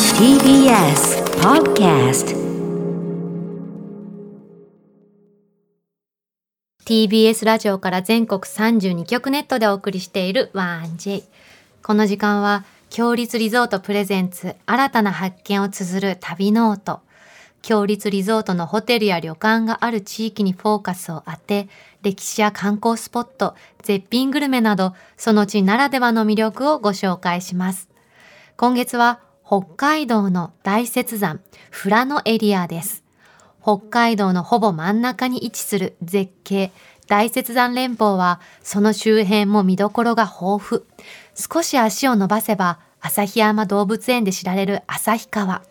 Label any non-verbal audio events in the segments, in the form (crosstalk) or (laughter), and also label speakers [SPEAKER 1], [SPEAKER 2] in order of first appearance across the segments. [SPEAKER 1] TBS Podcast
[SPEAKER 2] TBS ラジオから全国32局ネットでお送りしている 1J この時間は強立リゾートプレゼンツ新たな発見を綴る旅ノート強立リゾートのホテルや旅館がある地域にフォーカスを当て歴史や観光スポット絶品グルメなどその地ならではの魅力をご紹介します今月は北海道の大雪山富良野エリアです北海道のほぼ真ん中に位置する絶景大雪山連峰はその周辺も見どころが豊富少し足を伸ばせば旭山動物園で知られる旭川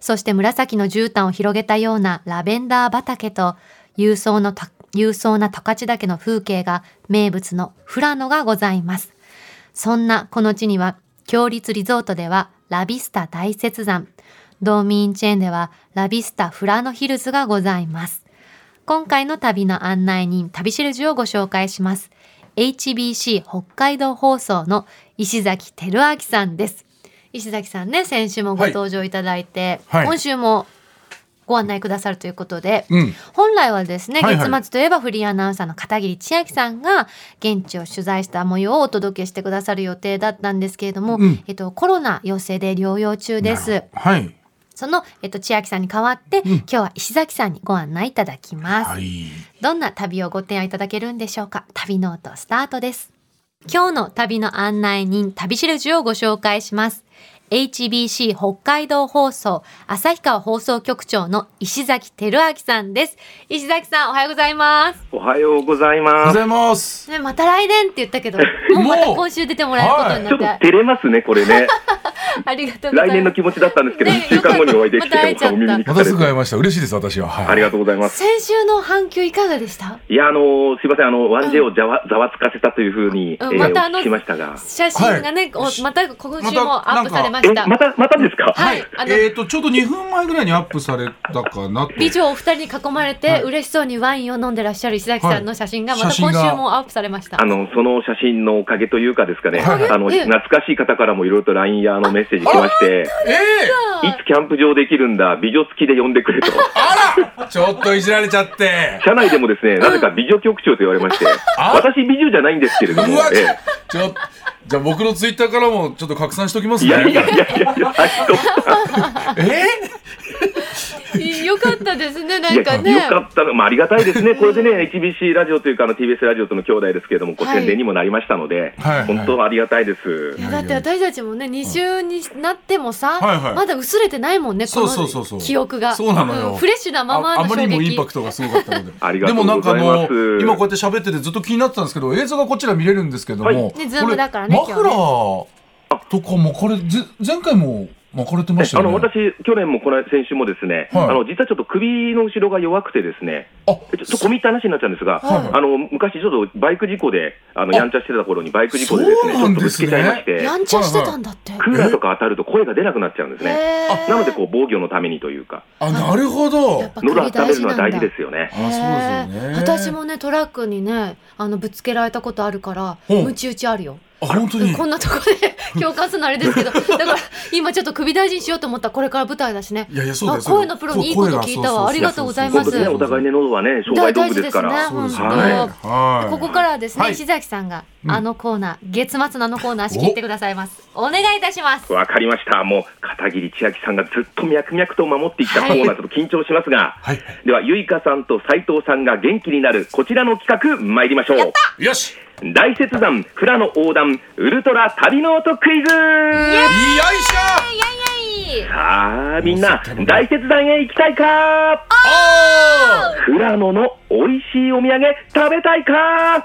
[SPEAKER 2] そして紫の絨毯を広げたようなラベンダー畑と勇壮のた勇壮な十勝岳の風景が名物の富良野がございますそんなこの地には、強立リゾートではラビスタ大雪山、道民チェーンではラビスタフラノヒルズがございます。今回の旅の案内人、旅しるじをご紹介します。HBC 北海道放送の石崎輝明さんです。石崎さんね、先週もご登場いただいて、
[SPEAKER 3] はい
[SPEAKER 2] 今週もご案内くださるということで、
[SPEAKER 3] うん
[SPEAKER 2] 本来はですね、
[SPEAKER 3] はいはい
[SPEAKER 2] 月末といえばフリーアナウンサーの片桐千秋さんが現地を取材した模様をお届けしてくださる予定だったんですけれども、
[SPEAKER 3] うん
[SPEAKER 2] えっと、コロナ陽性で療養中です。
[SPEAKER 3] はい。
[SPEAKER 2] その、えっと、千秋さんに代わって、今日は石崎さんにご案内いただきます。
[SPEAKER 3] はい。
[SPEAKER 2] どんな旅をご提案いただけるんでしょうか旅ノートスタートです今日の旅の案内人旅しるじをご紹介します HBC 北海道放送旭川放送局長の石崎輝明さんです石崎さんおはようございます
[SPEAKER 4] おはようござい
[SPEAKER 3] おはようご
[SPEAKER 4] ます。
[SPEAKER 3] ざいます。
[SPEAKER 2] ねまた来年って言ったけ (laughs) どもうまた今週出てもらえることに
[SPEAKER 4] ち
[SPEAKER 2] な
[SPEAKER 4] ょ
[SPEAKER 2] っ、
[SPEAKER 4] ってと照れますね、これね。
[SPEAKER 2] ありがとうご (laughs) ざいます
[SPEAKER 4] 来年の気持ちだったんですけど、
[SPEAKER 2] ね
[SPEAKER 4] 1週間後にお会いでき
[SPEAKER 2] また会え
[SPEAKER 4] て、
[SPEAKER 2] ちゃった
[SPEAKER 4] お耳に
[SPEAKER 3] ま
[SPEAKER 4] かか
[SPEAKER 3] た
[SPEAKER 4] れ
[SPEAKER 3] す
[SPEAKER 4] て
[SPEAKER 3] ぐ会いました。嬉しいです、私は。はい。
[SPEAKER 4] ありがとうございます。
[SPEAKER 2] 先週の反響いかがでした
[SPEAKER 4] いや、あのーすいません、あの、1J をざわ、ざわつかせたというふうに、え
[SPEAKER 2] う
[SPEAKER 4] ー
[SPEAKER 2] んまたあの
[SPEAKER 4] お聞きしましたが。
[SPEAKER 2] 写真がね、
[SPEAKER 3] はい
[SPEAKER 2] おまた今週もアップされま
[SPEAKER 4] え
[SPEAKER 2] し、た
[SPEAKER 4] また、またですか
[SPEAKER 2] はいあの
[SPEAKER 3] えっ、と、ちょうど2分前ぐらいにアップされたかなと。
[SPEAKER 2] 美女お二人に囲まれ
[SPEAKER 3] は
[SPEAKER 2] て
[SPEAKER 3] い
[SPEAKER 2] 嬉しそうにワインを飲んでらっしゃる石崎さんの写真が
[SPEAKER 3] はい
[SPEAKER 2] また今
[SPEAKER 3] 写真
[SPEAKER 2] 週
[SPEAKER 3] が
[SPEAKER 2] もアップされました。
[SPEAKER 4] あの、その写真のおかげというかですかね、
[SPEAKER 3] はい
[SPEAKER 4] あの、
[SPEAKER 2] ええ
[SPEAKER 4] 懐かしい方からもいろいろと LINE やあのメッセージ来まして、
[SPEAKER 3] え
[SPEAKER 4] いつキャンプ場できるんだ、美女付きで呼んで
[SPEAKER 2] (laughs)
[SPEAKER 4] くれと。
[SPEAKER 3] えちょっといじられちゃって。
[SPEAKER 4] 社内でもですね、なぜか美女局長と言われまして、
[SPEAKER 3] あ
[SPEAKER 4] 私美女じゃないんですけれ
[SPEAKER 3] う
[SPEAKER 4] ども、
[SPEAKER 3] わ、
[SPEAKER 4] え
[SPEAKER 3] ちょ
[SPEAKER 4] え、
[SPEAKER 3] ちょじゃあ僕のツイッターからもちょっと拡散しときます
[SPEAKER 4] い
[SPEAKER 3] ね。
[SPEAKER 4] やいやいやいやいや、はいどうぞ
[SPEAKER 3] え
[SPEAKER 2] よかったですね、なんか
[SPEAKER 4] い
[SPEAKER 2] ね
[SPEAKER 4] やよ。かったの、まあ、ありがたいですね、これでね、HBC ラジオというか、あの TBS ラジオとの兄弟ですけれども、ご
[SPEAKER 2] はい
[SPEAKER 4] 宣伝にもなりましたので、
[SPEAKER 3] はい
[SPEAKER 4] 本当ありがたいです。
[SPEAKER 2] いやだって私たちもね、2週になってもさ、
[SPEAKER 3] はいはい
[SPEAKER 2] まだ薄れてないもんね、こ
[SPEAKER 3] そうそうそうそ
[SPEAKER 2] の
[SPEAKER 3] う。
[SPEAKER 2] 記憶が。
[SPEAKER 3] そうなのよ。
[SPEAKER 2] んフレッシュなまま
[SPEAKER 3] あ
[SPEAKER 2] の
[SPEAKER 3] あまり
[SPEAKER 2] 衝
[SPEAKER 3] にもイン
[SPEAKER 2] 撃
[SPEAKER 3] パ。クトがすごかったので。
[SPEAKER 4] (laughs) ありがとうご
[SPEAKER 3] で
[SPEAKER 4] ざ
[SPEAKER 3] も
[SPEAKER 4] います
[SPEAKER 3] なんかあの、今こうやって喋っててずっと気になってたんですけど、映像がこっちら見れるんですけども。
[SPEAKER 4] はい
[SPEAKER 3] こ
[SPEAKER 2] ね
[SPEAKER 3] れ
[SPEAKER 2] ズームだからね
[SPEAKER 3] マフラーとかもこれ、ぜ前回も巻かれてました
[SPEAKER 4] あ
[SPEAKER 3] よね。
[SPEAKER 4] の私、去年もこの先週もですね、
[SPEAKER 3] はい
[SPEAKER 4] あの実はちょっと首の後ろが弱くてですね、
[SPEAKER 3] あ
[SPEAKER 4] ちょっと込み入った話になっちゃうんです
[SPEAKER 3] は
[SPEAKER 4] が、
[SPEAKER 3] い
[SPEAKER 4] あの昔、ちょっとバイク事故で、あの
[SPEAKER 3] あ
[SPEAKER 4] やんちゃしてた頃にバイク事故でですね、
[SPEAKER 3] そう
[SPEAKER 4] ち
[SPEAKER 3] な
[SPEAKER 4] ょ
[SPEAKER 3] ん
[SPEAKER 4] っと
[SPEAKER 3] で
[SPEAKER 4] ぶつ
[SPEAKER 3] すね
[SPEAKER 4] けちゃいまして、
[SPEAKER 2] やんちゃしてたんだって。
[SPEAKER 4] クーラーとか当たると声が出なくなっちゃうんですね。
[SPEAKER 2] へー
[SPEAKER 4] なのでこう防御のためにというか、
[SPEAKER 3] あ、なるほど。
[SPEAKER 2] やっ
[SPEAKER 3] あ、
[SPEAKER 2] ぱ
[SPEAKER 4] 喉
[SPEAKER 2] 首
[SPEAKER 4] 温めるのは
[SPEAKER 2] なん
[SPEAKER 4] 大
[SPEAKER 2] だ
[SPEAKER 4] 事ですよね。
[SPEAKER 3] そうですよ
[SPEAKER 2] へー。
[SPEAKER 3] ね
[SPEAKER 2] 私。もねトラックにねあのぶつけられたことあるから
[SPEAKER 3] うん
[SPEAKER 2] ムチ打ちあるよ。
[SPEAKER 3] あ、本当に。
[SPEAKER 2] こんなとこで (laughs) 共感するのあれです
[SPEAKER 3] (laughs)
[SPEAKER 2] けどだから今ちょっと首大事にしようと思ったらこれから舞台だしね
[SPEAKER 3] いやいや、そうだよ
[SPEAKER 2] あ声のプロにいいこと聞いたわありがとうございます
[SPEAKER 4] 本当ね、お互いね、喉はね、商売道具ですから。
[SPEAKER 2] 大事
[SPEAKER 3] そうですね。
[SPEAKER 4] 本当
[SPEAKER 3] はい。
[SPEAKER 2] ここからはですね、
[SPEAKER 3] はい
[SPEAKER 2] 石崎さんが
[SPEAKER 3] うん
[SPEAKER 2] あのコーナー、月末のあのコーナー仕切ってくださいますお願いいたします
[SPEAKER 4] わかりました。もう、片桐千秋さんがずっと脈々と守っていた
[SPEAKER 2] はい
[SPEAKER 4] コーナー、ちょっと緊張しますが、
[SPEAKER 3] はい。
[SPEAKER 4] では、ゆいかさんと斉藤さんが元気になる、こちらの企画、参りましょう。
[SPEAKER 3] よし。
[SPEAKER 4] 大雪山、富良野横断、ウルトラ旅ノートクイ
[SPEAKER 3] よいし
[SPEAKER 4] ズ
[SPEAKER 2] い
[SPEAKER 3] ょ。
[SPEAKER 2] やいやい
[SPEAKER 4] さあ、みんな
[SPEAKER 3] もう、
[SPEAKER 4] 大雪山へ行きたいか
[SPEAKER 3] あ
[SPEAKER 4] 富良野の美味しいお土産、食べたいか
[SPEAKER 3] あ。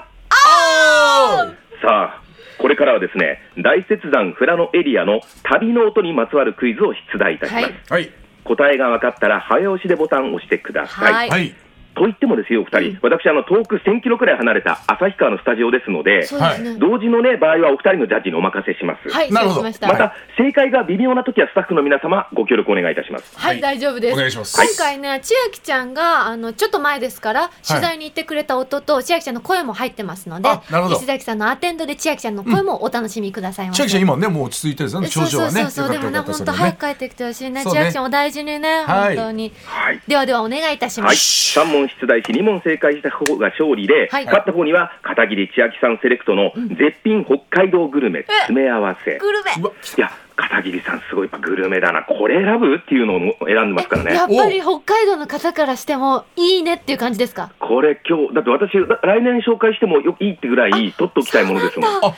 [SPEAKER 4] さあ、これからはですね、大雪山富良野エリアの旅の音にまつわるクイズを出題いたします。
[SPEAKER 2] はい
[SPEAKER 3] はい。
[SPEAKER 4] 答えが分かったら早押しでボタンを押してください。
[SPEAKER 2] はい
[SPEAKER 3] はい。
[SPEAKER 4] と言ってもですよ、お二人、私、あの遠く1000キロくらい離れた旭川のスタジオですので、
[SPEAKER 2] そうですね。
[SPEAKER 4] 同時の、ね、場合はお二人のジャッジにお任せします。
[SPEAKER 5] はい、
[SPEAKER 3] なる
[SPEAKER 5] 承知し
[SPEAKER 3] ほど
[SPEAKER 5] ました。
[SPEAKER 4] ま
[SPEAKER 5] は
[SPEAKER 4] た、正解が微妙な時はスタッフの皆様、ご協力お願いいたします。
[SPEAKER 5] い、大丈夫です。
[SPEAKER 3] お願いします
[SPEAKER 5] 今回ね、千秋ちゃんが、あの、ちょっと前ですから、取材に行ってくれた音と、千秋ちゃんの声も入ってますので
[SPEAKER 3] あなる、ほど
[SPEAKER 5] 石崎さんのアテンドで千秋ちゃんの声もお楽しみくださいませ。
[SPEAKER 3] 千秋ちゃん、今ね、もう落ち着いてるんですよ
[SPEAKER 2] そう
[SPEAKER 3] ね、症状
[SPEAKER 2] そう
[SPEAKER 3] はね。
[SPEAKER 2] そ
[SPEAKER 3] よ
[SPEAKER 2] うそう、
[SPEAKER 3] か
[SPEAKER 2] で
[SPEAKER 3] った
[SPEAKER 2] もね
[SPEAKER 3] よかった
[SPEAKER 2] 本
[SPEAKER 3] そ
[SPEAKER 2] 当
[SPEAKER 3] れ
[SPEAKER 2] 早
[SPEAKER 3] ね
[SPEAKER 2] く帰ってきてほしいね
[SPEAKER 3] そう
[SPEAKER 2] 千
[SPEAKER 3] ね
[SPEAKER 2] 秋ちゃんお大事にね
[SPEAKER 3] は
[SPEAKER 2] 本
[SPEAKER 3] い
[SPEAKER 2] 当に、
[SPEAKER 4] はい
[SPEAKER 2] ではではお願いいたしま
[SPEAKER 4] はい、
[SPEAKER 2] す、
[SPEAKER 4] 3問出題し2問正解した方が勝利で、
[SPEAKER 2] はい
[SPEAKER 4] 勝った方には片桐千秋さんセレクトの絶品北海道グルメ詰め合わせ、
[SPEAKER 2] グルメ
[SPEAKER 3] うわ
[SPEAKER 4] いや片桐さんすごいやっぱグルメだなこれ選ぶっていうのを選んでますから
[SPEAKER 5] やっ
[SPEAKER 4] ね
[SPEAKER 5] ぱり北海道の方からしても、いいねっていう感じですか
[SPEAKER 4] これ今日だって私来年紹介してもよいいってぐらい取っときたいものですもん
[SPEAKER 3] あ、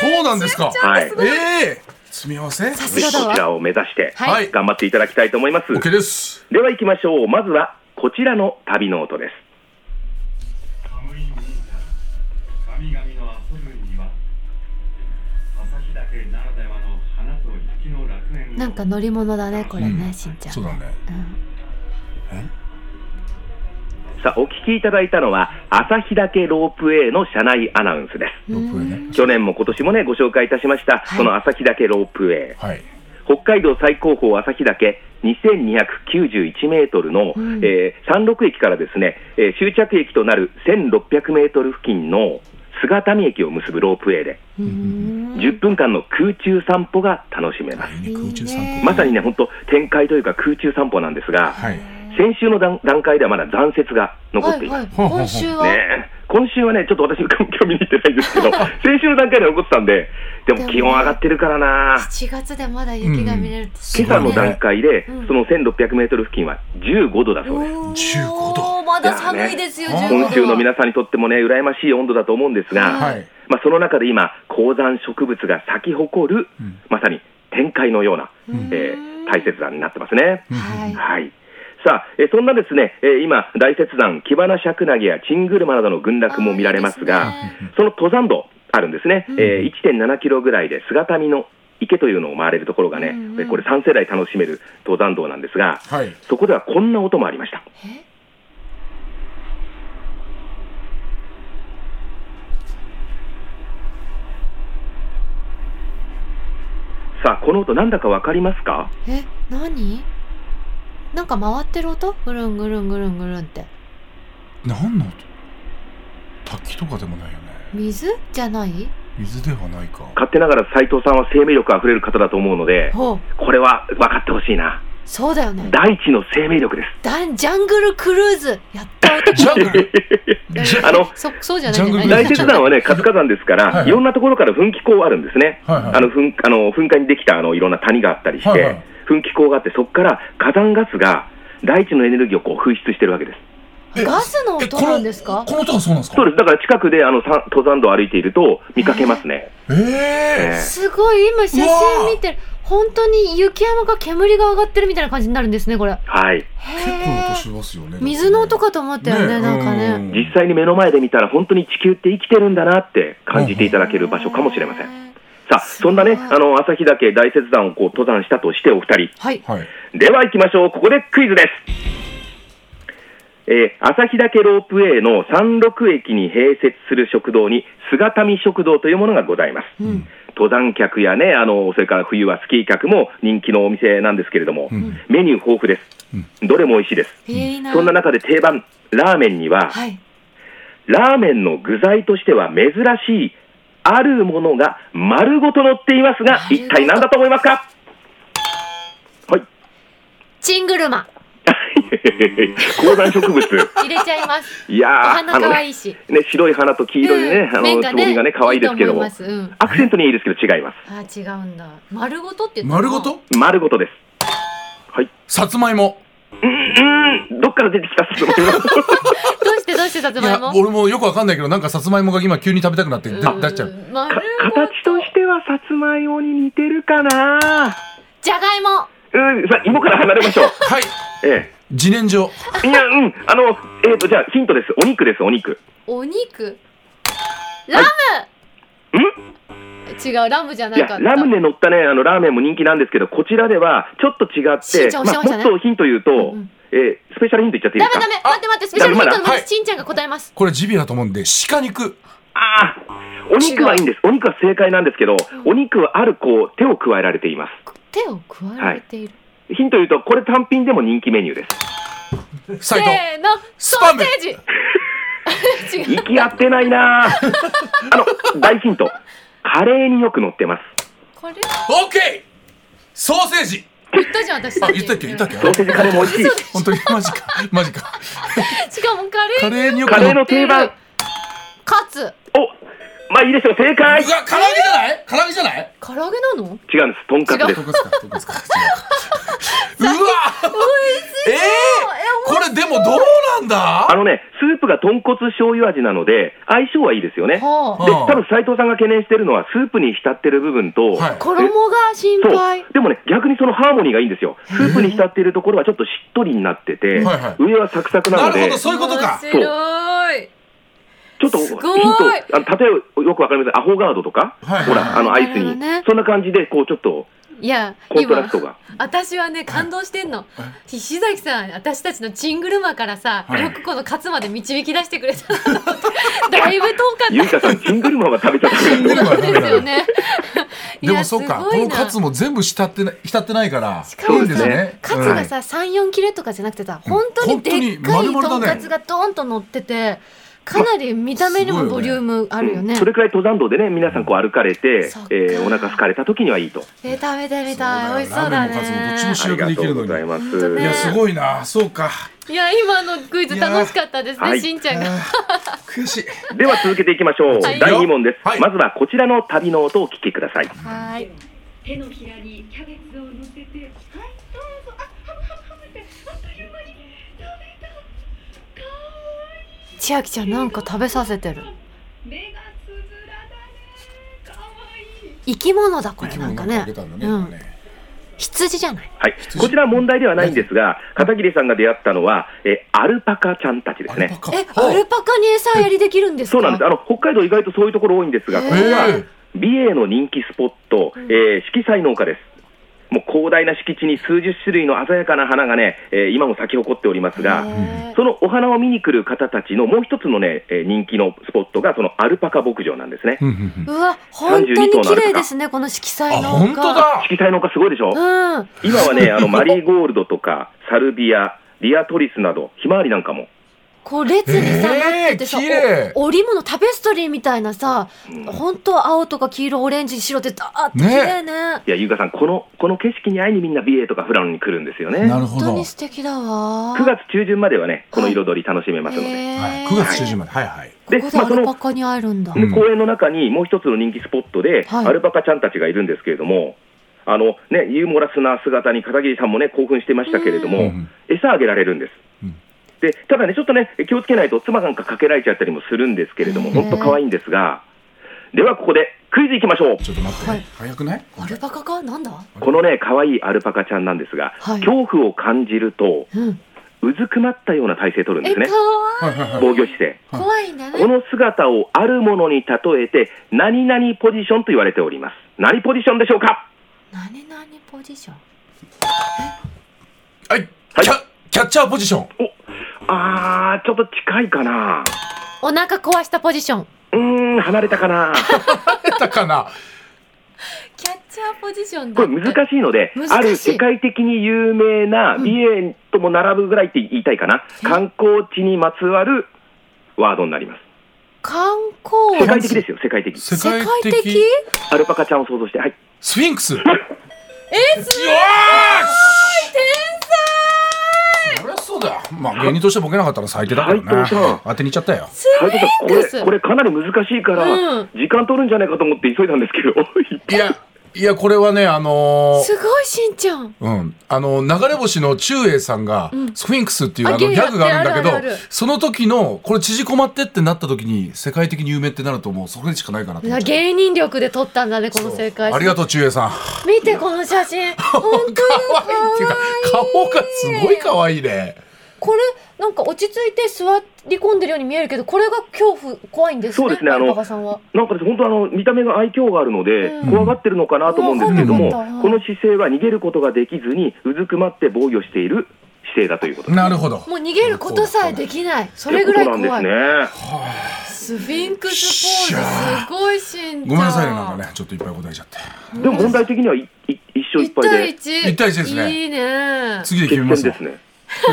[SPEAKER 3] そうなんですか。
[SPEAKER 4] はい
[SPEAKER 3] ええ詰め合わせ。
[SPEAKER 5] すがだわ
[SPEAKER 4] こちらを目指して
[SPEAKER 3] はい
[SPEAKER 4] 頑張っていただきたいと思います、
[SPEAKER 3] OK です。
[SPEAKER 4] では行きましょうまずはこちらの旅の音です
[SPEAKER 6] 寒い海神々の遊ぶ庭旭岳ならではの花と雪の楽園を
[SPEAKER 5] なんか乗り物だね、これね、しんちゃん。
[SPEAKER 3] そうだね。
[SPEAKER 4] さあお聞きいただいたのは旭岳ロープウェイの車内アナウンスです
[SPEAKER 3] ロープウェイね。
[SPEAKER 4] 去年も今年もね、ご紹介いたしました、
[SPEAKER 2] はい
[SPEAKER 4] この旭岳ロープウェイ。
[SPEAKER 3] はい。
[SPEAKER 4] 北海道最高峰旭岳2291メートルの、
[SPEAKER 2] ん
[SPEAKER 4] えー山麓駅からですね、えー終着駅となる1600メートル付近の菅谷駅を結ぶロープウェイで、10分間の空中散歩が楽しめます。
[SPEAKER 3] いいね空中散歩。
[SPEAKER 4] まさにね、本当展開というか空中散歩なんですが、
[SPEAKER 3] はい。
[SPEAKER 4] 先週の段段階ではまだ残雪が残
[SPEAKER 5] は
[SPEAKER 4] って
[SPEAKER 5] い
[SPEAKER 4] います
[SPEAKER 5] はい。。今週は、
[SPEAKER 4] ねえ、今週はね、ちょっと私、興味に行ってないんで
[SPEAKER 5] (laughs)
[SPEAKER 4] すけど、先週の段階で残ってたんで、でも気温上がってるからな、
[SPEAKER 5] 7月でまだ雪が見れるってす
[SPEAKER 3] うん
[SPEAKER 4] 今
[SPEAKER 5] ごい
[SPEAKER 4] 朝
[SPEAKER 5] ね
[SPEAKER 4] の段階で、その1600メートル付近は15度だそうです。
[SPEAKER 2] おー
[SPEAKER 3] 15度
[SPEAKER 2] まだ寒いですよ
[SPEAKER 3] いやね
[SPEAKER 2] 15度
[SPEAKER 4] 今週の皆さんにとってもね、羨ましい温度だと思うんですが、
[SPEAKER 3] はい。
[SPEAKER 4] まあ、その中で今、高山植物が咲き誇る、
[SPEAKER 3] ん
[SPEAKER 4] まさに天界のような、えー大雪山になってますね。
[SPEAKER 5] はい。
[SPEAKER 4] はい。さあ、えーそんなですね、えー今、大雪山、キバナシャクナゲやチングルマなどの群落も見られますが、その登山道あるんですね、えー1.7キロぐらいで姿見の池というのを回れるところがね、でこれ3世代楽しめる登山道なんですが、
[SPEAKER 3] はい。
[SPEAKER 4] そこではこんな音もありました。さあ、この音なんだかわかりますか
[SPEAKER 5] え、何なんか回ってる音ぐるんぐるんぐるんぐるんって。
[SPEAKER 3] 何の音。滝とかでもないよね。
[SPEAKER 5] 水じゃない
[SPEAKER 3] 水ではないか。
[SPEAKER 4] 勝手ながら斉藤さんは生命力あふれる方だと思うので、
[SPEAKER 5] ほう。
[SPEAKER 4] これは分かってほしいな。
[SPEAKER 5] そうだよね。
[SPEAKER 4] 大地の生命力です。
[SPEAKER 5] ダン、ジャングルクルーズ。やった音。
[SPEAKER 3] ジャングル。
[SPEAKER 4] あの、
[SPEAKER 5] そ、そうじゃない
[SPEAKER 3] ジャングルクル
[SPEAKER 4] 大
[SPEAKER 3] ーズ
[SPEAKER 4] 雪山はね、活火山ですから、
[SPEAKER 3] はい
[SPEAKER 4] い
[SPEAKER 3] はい
[SPEAKER 4] ろんなところから噴気口あるんですね。
[SPEAKER 3] はいはい
[SPEAKER 4] あの噴あの噴火にできたあのいろんな谷があったりして、
[SPEAKER 3] はいはい
[SPEAKER 4] 噴気口があって、そこから火山ガスが大地のエネルギーをこう噴出してるわけです。
[SPEAKER 3] え
[SPEAKER 5] ガスの音なんですか
[SPEAKER 3] えこのこの音がそうなんですか
[SPEAKER 4] そうです。だから近くであの山登山道を歩いていると見かけますね。
[SPEAKER 3] ええ
[SPEAKER 4] ええ
[SPEAKER 5] すごい、今写真見てる。本当に雪山が煙が上がってるみたいな感じになるんですね、これ。
[SPEAKER 4] はい。
[SPEAKER 3] 結構
[SPEAKER 5] へ
[SPEAKER 3] 音
[SPEAKER 5] ー
[SPEAKER 3] しますよね。
[SPEAKER 5] 水の音かと思ったよね、なんかね。
[SPEAKER 3] うん
[SPEAKER 4] 実際に目の前で見たら本当に地球って生きてるんだなって感じていただける場所かもしれません。
[SPEAKER 5] ん。
[SPEAKER 4] さあ、そんなね、あの、旭岳大雪山をこう登山したとしてお二人。
[SPEAKER 5] はい。
[SPEAKER 3] はい。
[SPEAKER 4] では行きましょう。ここでクイズです。えー、旭岳ロープウェイの山麓駅に併設する食堂に、菅民食堂というものがございます。登山客やね、あの、それから冬はスキー客も人気のお店なんですけれども、メニュー豊富です。どれも美味しいです。
[SPEAKER 5] えーいいな。
[SPEAKER 4] そんな中で定番、ラーメンには、
[SPEAKER 5] はい。
[SPEAKER 4] ラーメンの具材としては珍しい、あるものが丸ごと乗っていますが、一体何だと思いますか (laughs) はい。
[SPEAKER 5] チングルマ。
[SPEAKER 4] 高山植物。
[SPEAKER 5] 入れちゃいます。
[SPEAKER 4] いやー
[SPEAKER 5] お花可愛い
[SPEAKER 4] (laughs) あ
[SPEAKER 5] し。
[SPEAKER 4] のねね、白い花と黄色いね、
[SPEAKER 5] うん
[SPEAKER 4] あ
[SPEAKER 5] 面
[SPEAKER 4] の、
[SPEAKER 5] が
[SPEAKER 4] つ
[SPEAKER 5] ね
[SPEAKER 4] ぼみがね、可愛いですけども。
[SPEAKER 5] いいと思いますうん
[SPEAKER 4] アクセントにはいいですけど違いま
[SPEAKER 5] あー、違うんだ。丸ごとって言った
[SPEAKER 3] 丸ごと。
[SPEAKER 4] す。丸ごとです。はい。
[SPEAKER 3] さつまいも。
[SPEAKER 4] うん、どっから出てきたっす (laughs)
[SPEAKER 5] どうしてどうしてさつ
[SPEAKER 3] い
[SPEAKER 5] ま
[SPEAKER 3] や
[SPEAKER 5] いも
[SPEAKER 3] 俺もよくわかんないけどなんかさつまいもが今急に食べたくなって出出しちゃう。
[SPEAKER 5] ん丸ご
[SPEAKER 4] 形としてはさつまいもに似てるかな
[SPEAKER 5] じゃがいも
[SPEAKER 4] うん、さあ、芋から離れ
[SPEAKER 5] (laughs)
[SPEAKER 4] ましょう。
[SPEAKER 3] はい。
[SPEAKER 4] え
[SPEAKER 3] 自然薯。
[SPEAKER 4] え。いや、うん、あの、えっ、と、じゃあ、ヒントです。お肉です、お肉。
[SPEAKER 5] お肉ラム、違うラムじゃないい
[SPEAKER 4] や
[SPEAKER 5] かった
[SPEAKER 4] ラムネ乗ったねあのラーメンも人気なんですけどこちらではちょっと違っ
[SPEAKER 5] しん
[SPEAKER 4] て
[SPEAKER 5] ちゃんおっしゃいま
[SPEAKER 4] まあ、
[SPEAKER 5] した
[SPEAKER 4] も
[SPEAKER 5] ね
[SPEAKER 4] っとヒント言うと、
[SPEAKER 5] うん
[SPEAKER 4] えースペシャルヒントいっちゃっていいです
[SPEAKER 2] ダ
[SPEAKER 4] か
[SPEAKER 2] メダメ待って待ってスペシャルヒントの前にしんちゃんが答えます
[SPEAKER 3] これジビエだと思うんで、鹿肉。
[SPEAKER 4] ああお肉はいいんです。お肉は正解なんですけど、お肉はあるこう手を加えられています。
[SPEAKER 2] 手を加えられている
[SPEAKER 4] ヒント言うと、これ単品でも人気メニューです。
[SPEAKER 3] サイト。
[SPEAKER 2] せーの
[SPEAKER 3] ス
[SPEAKER 2] ソ
[SPEAKER 3] パ
[SPEAKER 2] ー
[SPEAKER 3] ム
[SPEAKER 2] セージ (laughs) 違う
[SPEAKER 4] 息合って (laughs) ないなああの、大ヒント。カレーによく乗ってます。
[SPEAKER 2] これ
[SPEAKER 3] オッケーソーセージ
[SPEAKER 2] 言ったじゃん私
[SPEAKER 3] あ、言ったっけ言ったっけ
[SPEAKER 4] ソーセージカレーも美味しい。
[SPEAKER 3] 本当にマジか。マジか。
[SPEAKER 2] しかもカレー
[SPEAKER 3] カレーによく
[SPEAKER 4] カレー
[SPEAKER 3] の
[SPEAKER 4] の定番。
[SPEAKER 2] カツ
[SPEAKER 4] おまあいいでしょう、正解
[SPEAKER 3] うわ、唐揚げじゃない唐揚げじゃない
[SPEAKER 2] 唐揚げなの
[SPEAKER 4] 違うんです。とんかつです
[SPEAKER 3] ど。こですかどこで
[SPEAKER 5] (laughs)
[SPEAKER 3] すか違うかうわええーこれでもどうなん
[SPEAKER 4] あ
[SPEAKER 3] だ
[SPEAKER 4] のね、スープが豚骨醤油味なので、相性はいいですよね。で、
[SPEAKER 2] はあ
[SPEAKER 3] うん
[SPEAKER 4] 多分斉藤さんが懸念してるのは、スープに浸ってる部分と、
[SPEAKER 3] はい
[SPEAKER 2] 衣が心
[SPEAKER 4] そう
[SPEAKER 2] 配。
[SPEAKER 4] でもね、逆にそのハーモニーがいいんですよ。スープに浸っているところはちょっとしっとりになってて、
[SPEAKER 3] はいはい
[SPEAKER 4] 上はサクサクな
[SPEAKER 3] な
[SPEAKER 4] の
[SPEAKER 3] るほ
[SPEAKER 4] で、
[SPEAKER 3] ど、
[SPEAKER 4] ちょ
[SPEAKER 3] そういうことか
[SPEAKER 2] 面白い
[SPEAKER 4] っとヒ
[SPEAKER 2] す
[SPEAKER 4] ン
[SPEAKER 2] ごい
[SPEAKER 4] ト、あの例えよくわかりますアホガードとか、
[SPEAKER 3] はい
[SPEAKER 4] ほら、あのアイス
[SPEAKER 2] なるほど
[SPEAKER 4] に、
[SPEAKER 2] ね
[SPEAKER 4] そんな感じで、こうちょっと
[SPEAKER 2] いや
[SPEAKER 4] コントラ
[SPEAKER 2] 今
[SPEAKER 4] ストが。
[SPEAKER 2] 私はね感動してんの石崎さん私たちのチングルマからさ、
[SPEAKER 3] はい
[SPEAKER 2] よくこのカツまで導き出してくれた
[SPEAKER 3] (laughs)
[SPEAKER 2] なと思ってだいぶ遠かっ
[SPEAKER 4] ゆうかさん、ジングルマンが食べちゃったん
[SPEAKER 3] で
[SPEAKER 4] で
[SPEAKER 3] も
[SPEAKER 2] たですよね
[SPEAKER 3] (laughs) でもそうか、
[SPEAKER 2] いやすご
[SPEAKER 3] こ
[SPEAKER 2] い
[SPEAKER 3] の
[SPEAKER 2] な
[SPEAKER 3] カツも全部浸ってな浸ってないから、
[SPEAKER 2] しかも
[SPEAKER 3] い
[SPEAKER 2] さ
[SPEAKER 3] いですね。
[SPEAKER 2] カツ
[SPEAKER 3] う
[SPEAKER 2] が
[SPEAKER 3] ん
[SPEAKER 2] さ、34切れとかじゃなくてさ本当にでっか
[SPEAKER 3] 本当
[SPEAKER 2] いと
[SPEAKER 3] に丸々
[SPEAKER 2] ん
[SPEAKER 3] だね
[SPEAKER 2] かつがドーンと乗っててかなり見た目にもボリューム (laughs) あるよね,、
[SPEAKER 4] それくらい登山道でね、皆さんこう歩かれて
[SPEAKER 2] そっ、か
[SPEAKER 4] えーお腹空かれた時にはいいと。
[SPEAKER 2] えー食べてみ
[SPEAKER 3] そうだ
[SPEAKER 2] た
[SPEAKER 3] よ
[SPEAKER 2] い美味しそうだ
[SPEAKER 3] ラーメンもカツもどっち
[SPEAKER 2] ね
[SPEAKER 3] もし
[SPEAKER 4] ありがとうございます。
[SPEAKER 3] いや、すごいな、そうか。
[SPEAKER 2] いや今のクイズ楽しかったです
[SPEAKER 4] いや
[SPEAKER 2] ね
[SPEAKER 4] ー
[SPEAKER 2] しんちゃんが
[SPEAKER 3] 悔しい。
[SPEAKER 4] では続けていきましょう。
[SPEAKER 2] はい
[SPEAKER 4] 第2問です、
[SPEAKER 3] はい
[SPEAKER 4] まずはこちらの旅の音をお聞きください。
[SPEAKER 2] はい
[SPEAKER 7] 手のひらにキャベツを乗せて、はい、どうぞ、あ、ハムハムハムって、あっという間に食べた。かわい
[SPEAKER 2] 千秋ちゃんなんか食べさせてる
[SPEAKER 7] い。目がつぶらだね。かわいい。
[SPEAKER 2] 生き物だこれ
[SPEAKER 3] 生き
[SPEAKER 2] な
[SPEAKER 3] 物
[SPEAKER 2] ん
[SPEAKER 3] な
[SPEAKER 2] か
[SPEAKER 3] んか
[SPEAKER 2] ね
[SPEAKER 3] あげたんだね。
[SPEAKER 2] う
[SPEAKER 3] 今
[SPEAKER 2] ん、
[SPEAKER 3] ね
[SPEAKER 2] 羊じゃない
[SPEAKER 4] はい、こちらは問題ではないんですが、片桐さんが出会ったのは、えアルパカちゃんたちで
[SPEAKER 3] ア
[SPEAKER 4] す
[SPEAKER 3] ルパ
[SPEAKER 4] ね。
[SPEAKER 3] カ。
[SPEAKER 2] えアルパカに餌やりできるんですか
[SPEAKER 4] そうなんです。あの北海道意外とそういうところ多いんですが、ここ
[SPEAKER 3] へ
[SPEAKER 4] は
[SPEAKER 3] ー
[SPEAKER 4] 美瑛の人気スポット、えー色彩農家です。もう広大な敷地に数十種類の鮮やかな花がね、えー今も咲き誇っておりますが、
[SPEAKER 2] へー
[SPEAKER 4] そのお花を見に来る方たちのもう一つのね、えー人気のスポットがそのアルパカ牧場なんですね。
[SPEAKER 3] うんうんうん
[SPEAKER 2] うわ本当に綺麗ですねこの色
[SPEAKER 3] あ、
[SPEAKER 2] 彩の
[SPEAKER 3] 本当だ。
[SPEAKER 4] 色彩農家すごいでしょ。
[SPEAKER 2] うん
[SPEAKER 4] 今はね、あのマリーゴールドとか、サルビア、リアトリスなど、ひまわりなんかも、
[SPEAKER 2] こう列にさ、
[SPEAKER 3] え
[SPEAKER 2] な
[SPEAKER 3] ー
[SPEAKER 2] っててさ
[SPEAKER 3] 綺麗
[SPEAKER 2] お織物タペストリーみたいなさ本当青とか黄色オレンジ白ってダーって綺
[SPEAKER 3] ね
[SPEAKER 2] 麗ね
[SPEAKER 4] いや、優香さん、このこの景色に会いにみんな美瑛とか富良野に来るんですよね。
[SPEAKER 3] なるほ
[SPEAKER 2] 本当
[SPEAKER 3] ど。は
[SPEAKER 2] に
[SPEAKER 3] い
[SPEAKER 2] 素敵だわ
[SPEAKER 4] 9月中旬まではね、この彩り楽しめますので。
[SPEAKER 2] へー
[SPEAKER 3] 9月中旬まで。はいはい。
[SPEAKER 4] で
[SPEAKER 2] ここで
[SPEAKER 4] まあ
[SPEAKER 2] ア
[SPEAKER 4] その
[SPEAKER 2] ルパカに会えるんだ、
[SPEAKER 3] う
[SPEAKER 4] で
[SPEAKER 3] ん
[SPEAKER 4] 公園の中にもう一つの人気スポットで、
[SPEAKER 2] はい
[SPEAKER 4] アルパカちゃんたちがいるんですけれども、あのね、ユーモラスな姿に片桐さんもね、興奮してましたけれども、
[SPEAKER 3] うん
[SPEAKER 4] 餌あげられるんです。
[SPEAKER 3] うん
[SPEAKER 4] でただね、ちょっとね、気をつけないと、妻なんかかけられちゃったりもするんですけれども、
[SPEAKER 2] へー
[SPEAKER 4] 本当可愛いんですが、ではここでクイズいきましょう。
[SPEAKER 3] ちょっと待って、
[SPEAKER 2] はい
[SPEAKER 3] 早くない
[SPEAKER 2] アルパカかなんだ
[SPEAKER 4] このね、可愛いアルパカちゃんなんですが、
[SPEAKER 2] はい
[SPEAKER 4] 恐怖を感じると、
[SPEAKER 2] うん
[SPEAKER 4] うずくまったような体勢を取るんで
[SPEAKER 2] え
[SPEAKER 4] すね
[SPEAKER 2] か、わ
[SPEAKER 3] はいはいはい。
[SPEAKER 4] 防御姿勢。
[SPEAKER 2] い怖いんだね
[SPEAKER 4] この姿をあるものに例えて、何々ポジションと言われております。何ポジションでしょうか
[SPEAKER 2] 何々ポジション
[SPEAKER 3] はい、
[SPEAKER 4] はい
[SPEAKER 3] キャキャッチャーポジション。
[SPEAKER 4] あー、ちょっと近いかな。
[SPEAKER 2] お腹壊したポジション
[SPEAKER 4] うーん、離れたか (laughs) な。
[SPEAKER 3] 出たかな。
[SPEAKER 2] キャッチャーポジションだ
[SPEAKER 4] これ難しいので
[SPEAKER 2] 難、しい
[SPEAKER 4] ある世界的に有名な美瑛とも並ぶぐらいって言いたいかな。観光地にまつわるワードになります。
[SPEAKER 2] 観
[SPEAKER 4] 世
[SPEAKER 2] 光
[SPEAKER 4] 界的ですよ、世界的。
[SPEAKER 3] 世
[SPEAKER 2] 世界的
[SPEAKER 4] アルパカちゃんを想像して、はい。
[SPEAKER 3] スフィ
[SPEAKER 2] (laughs)
[SPEAKER 3] ンクス。えすごい。天才。そりゃそうだよ。まあ芸人としてボケなかったら最低だから
[SPEAKER 4] 最低だ
[SPEAKER 3] ね。当てにいっちゃったよ。
[SPEAKER 4] 斉藤さん、こ
[SPEAKER 2] クス
[SPEAKER 4] れ、これかなり難しいから
[SPEAKER 2] うん、
[SPEAKER 4] 時間取るんじゃないかと思って急いだんですけど。
[SPEAKER 3] いやいやこれはねあのー
[SPEAKER 2] すごいしんちゃん
[SPEAKER 3] うん、あの流れ星の中英さんが、スフィンクスっていうあ
[SPEAKER 2] あ
[SPEAKER 3] のギ
[SPEAKER 2] ギャグ
[SPEAKER 3] ャグがあるんだけど
[SPEAKER 2] あるある
[SPEAKER 3] その時のこれ縮こまってってなった時に世界的に有名ってなるともうそれしかないかなと思っちゃう
[SPEAKER 2] 芸人力で撮ったんだねこの世界
[SPEAKER 3] ありがとう中英さん
[SPEAKER 2] 見てこの写
[SPEAKER 3] (laughs)
[SPEAKER 2] 真本当に
[SPEAKER 3] 可愛 (laughs) いっていうか顔がすごい可愛いね
[SPEAKER 2] これなんか落ち着いて座り込んでるように見えるけどこれが恐怖怖いんですね
[SPEAKER 4] そうですねあの
[SPEAKER 2] パパさんは
[SPEAKER 4] なんかです本当あの見た目が愛嬌があるので、
[SPEAKER 2] うん
[SPEAKER 4] 怖がってるのかなと思うんですけれども、
[SPEAKER 2] うん
[SPEAKER 4] この姿勢は逃げることができずにうずくまって防御している姿勢だということです。
[SPEAKER 3] なるほど。
[SPEAKER 2] もう逃げることさえできない。それぐらい怖い。
[SPEAKER 4] とうことなんです
[SPEAKER 2] ス
[SPEAKER 4] ね。
[SPEAKER 2] フィンクスポーズすごいしんちゃん。
[SPEAKER 3] ごめんなさいね、なんかね、ちょっといっぱい答えちゃって。
[SPEAKER 4] でも問題的にはいい一生いっ
[SPEAKER 2] 一
[SPEAKER 4] ぱい
[SPEAKER 2] 対
[SPEAKER 4] で
[SPEAKER 2] 一。
[SPEAKER 3] 一対一ですね
[SPEAKER 2] いいね。
[SPEAKER 3] 次で決
[SPEAKER 4] 決
[SPEAKER 3] めま
[SPEAKER 4] 戦
[SPEAKER 3] すよ
[SPEAKER 4] で。すね。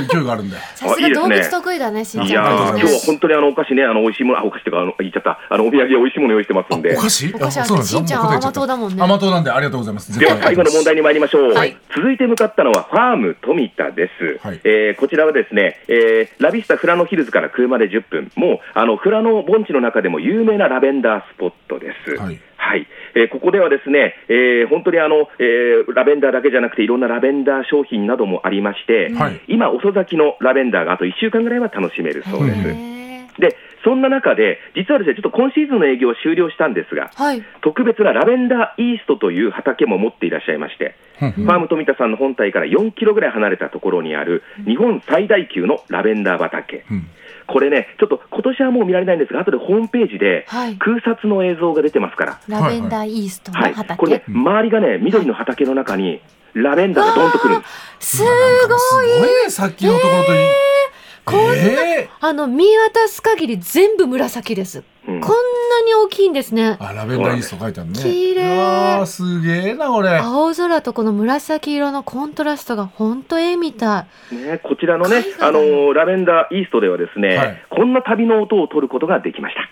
[SPEAKER 3] 勢いがあるんで。
[SPEAKER 2] さす
[SPEAKER 4] あい
[SPEAKER 2] が
[SPEAKER 4] いです
[SPEAKER 2] 動
[SPEAKER 4] ね
[SPEAKER 2] 物得意だね、しん
[SPEAKER 4] い
[SPEAKER 2] ち
[SPEAKER 4] や
[SPEAKER 2] ゃ
[SPEAKER 4] ー
[SPEAKER 2] ん。
[SPEAKER 4] 今日は本当にあのお菓子ね、あの美味しいもの、あお菓子ってかあの言っちゃった、あのお土産美味しいもの用意してますんで
[SPEAKER 3] お。菓子
[SPEAKER 2] お菓子は
[SPEAKER 3] あそうなんですよ
[SPEAKER 2] しんちゃんは
[SPEAKER 3] もう答えちゃっ
[SPEAKER 2] 甘
[SPEAKER 3] た
[SPEAKER 2] 党だもんね
[SPEAKER 3] 甘党なんでありがとうございます。
[SPEAKER 4] (laughs) では最後の問題に参りましょう、
[SPEAKER 2] はい
[SPEAKER 4] 続いて向かったのはファーム富田です、
[SPEAKER 3] はい
[SPEAKER 4] えーこちらはですね、えーラビスタ富良野ヒルズから車で10分もうあの富良野盆地の中でも有名なラベンダースポットです
[SPEAKER 3] はい
[SPEAKER 4] はいえーここではですね、えー本当にあの、えーラベンダーだけじゃなくていろんなラベンダー商品などもありまして、
[SPEAKER 3] はい
[SPEAKER 4] 今遅咲きのラベンダーがあと1週間ぐらいは楽しめるそうです、
[SPEAKER 2] へ
[SPEAKER 4] でそんな中で実はですねちょっと今シーズンの営業を終了したんですが
[SPEAKER 2] ーはい。
[SPEAKER 4] 特別なラベンダーイーストという畑も持っていらっしゃいまして、
[SPEAKER 3] うん
[SPEAKER 4] ファーム富田さんの本体から4キロぐらい離れたところにある、日本最大級のラベンダー畑、
[SPEAKER 3] うん
[SPEAKER 4] これね、ちょっと今年はもう見られないんですが、後でホームページで
[SPEAKER 2] はい
[SPEAKER 4] 空撮の映像が出てますから、
[SPEAKER 2] ラベンダーイーストの
[SPEAKER 4] はい、
[SPEAKER 2] 畑。
[SPEAKER 4] これね、周りがね、緑の畑の中にラベンダーがドンとくるんです。
[SPEAKER 2] すごい。
[SPEAKER 8] すごいねさっきのところといい
[SPEAKER 2] こんな
[SPEAKER 8] え
[SPEAKER 2] あの、見渡す限り全部紫です。
[SPEAKER 4] うん
[SPEAKER 2] こんなに大きいんですね
[SPEAKER 3] ー。あ、ラベンダーイースト書いてあるね。
[SPEAKER 2] 綺麗
[SPEAKER 3] うわーすげえな、これ。
[SPEAKER 2] 青空とこの紫色のコントラストが本当絵みた
[SPEAKER 4] ね、こちらのね
[SPEAKER 2] 海、外
[SPEAKER 4] あのーラベンダーイーストではですね、
[SPEAKER 3] はい
[SPEAKER 4] こんな旅の音を取ることができました。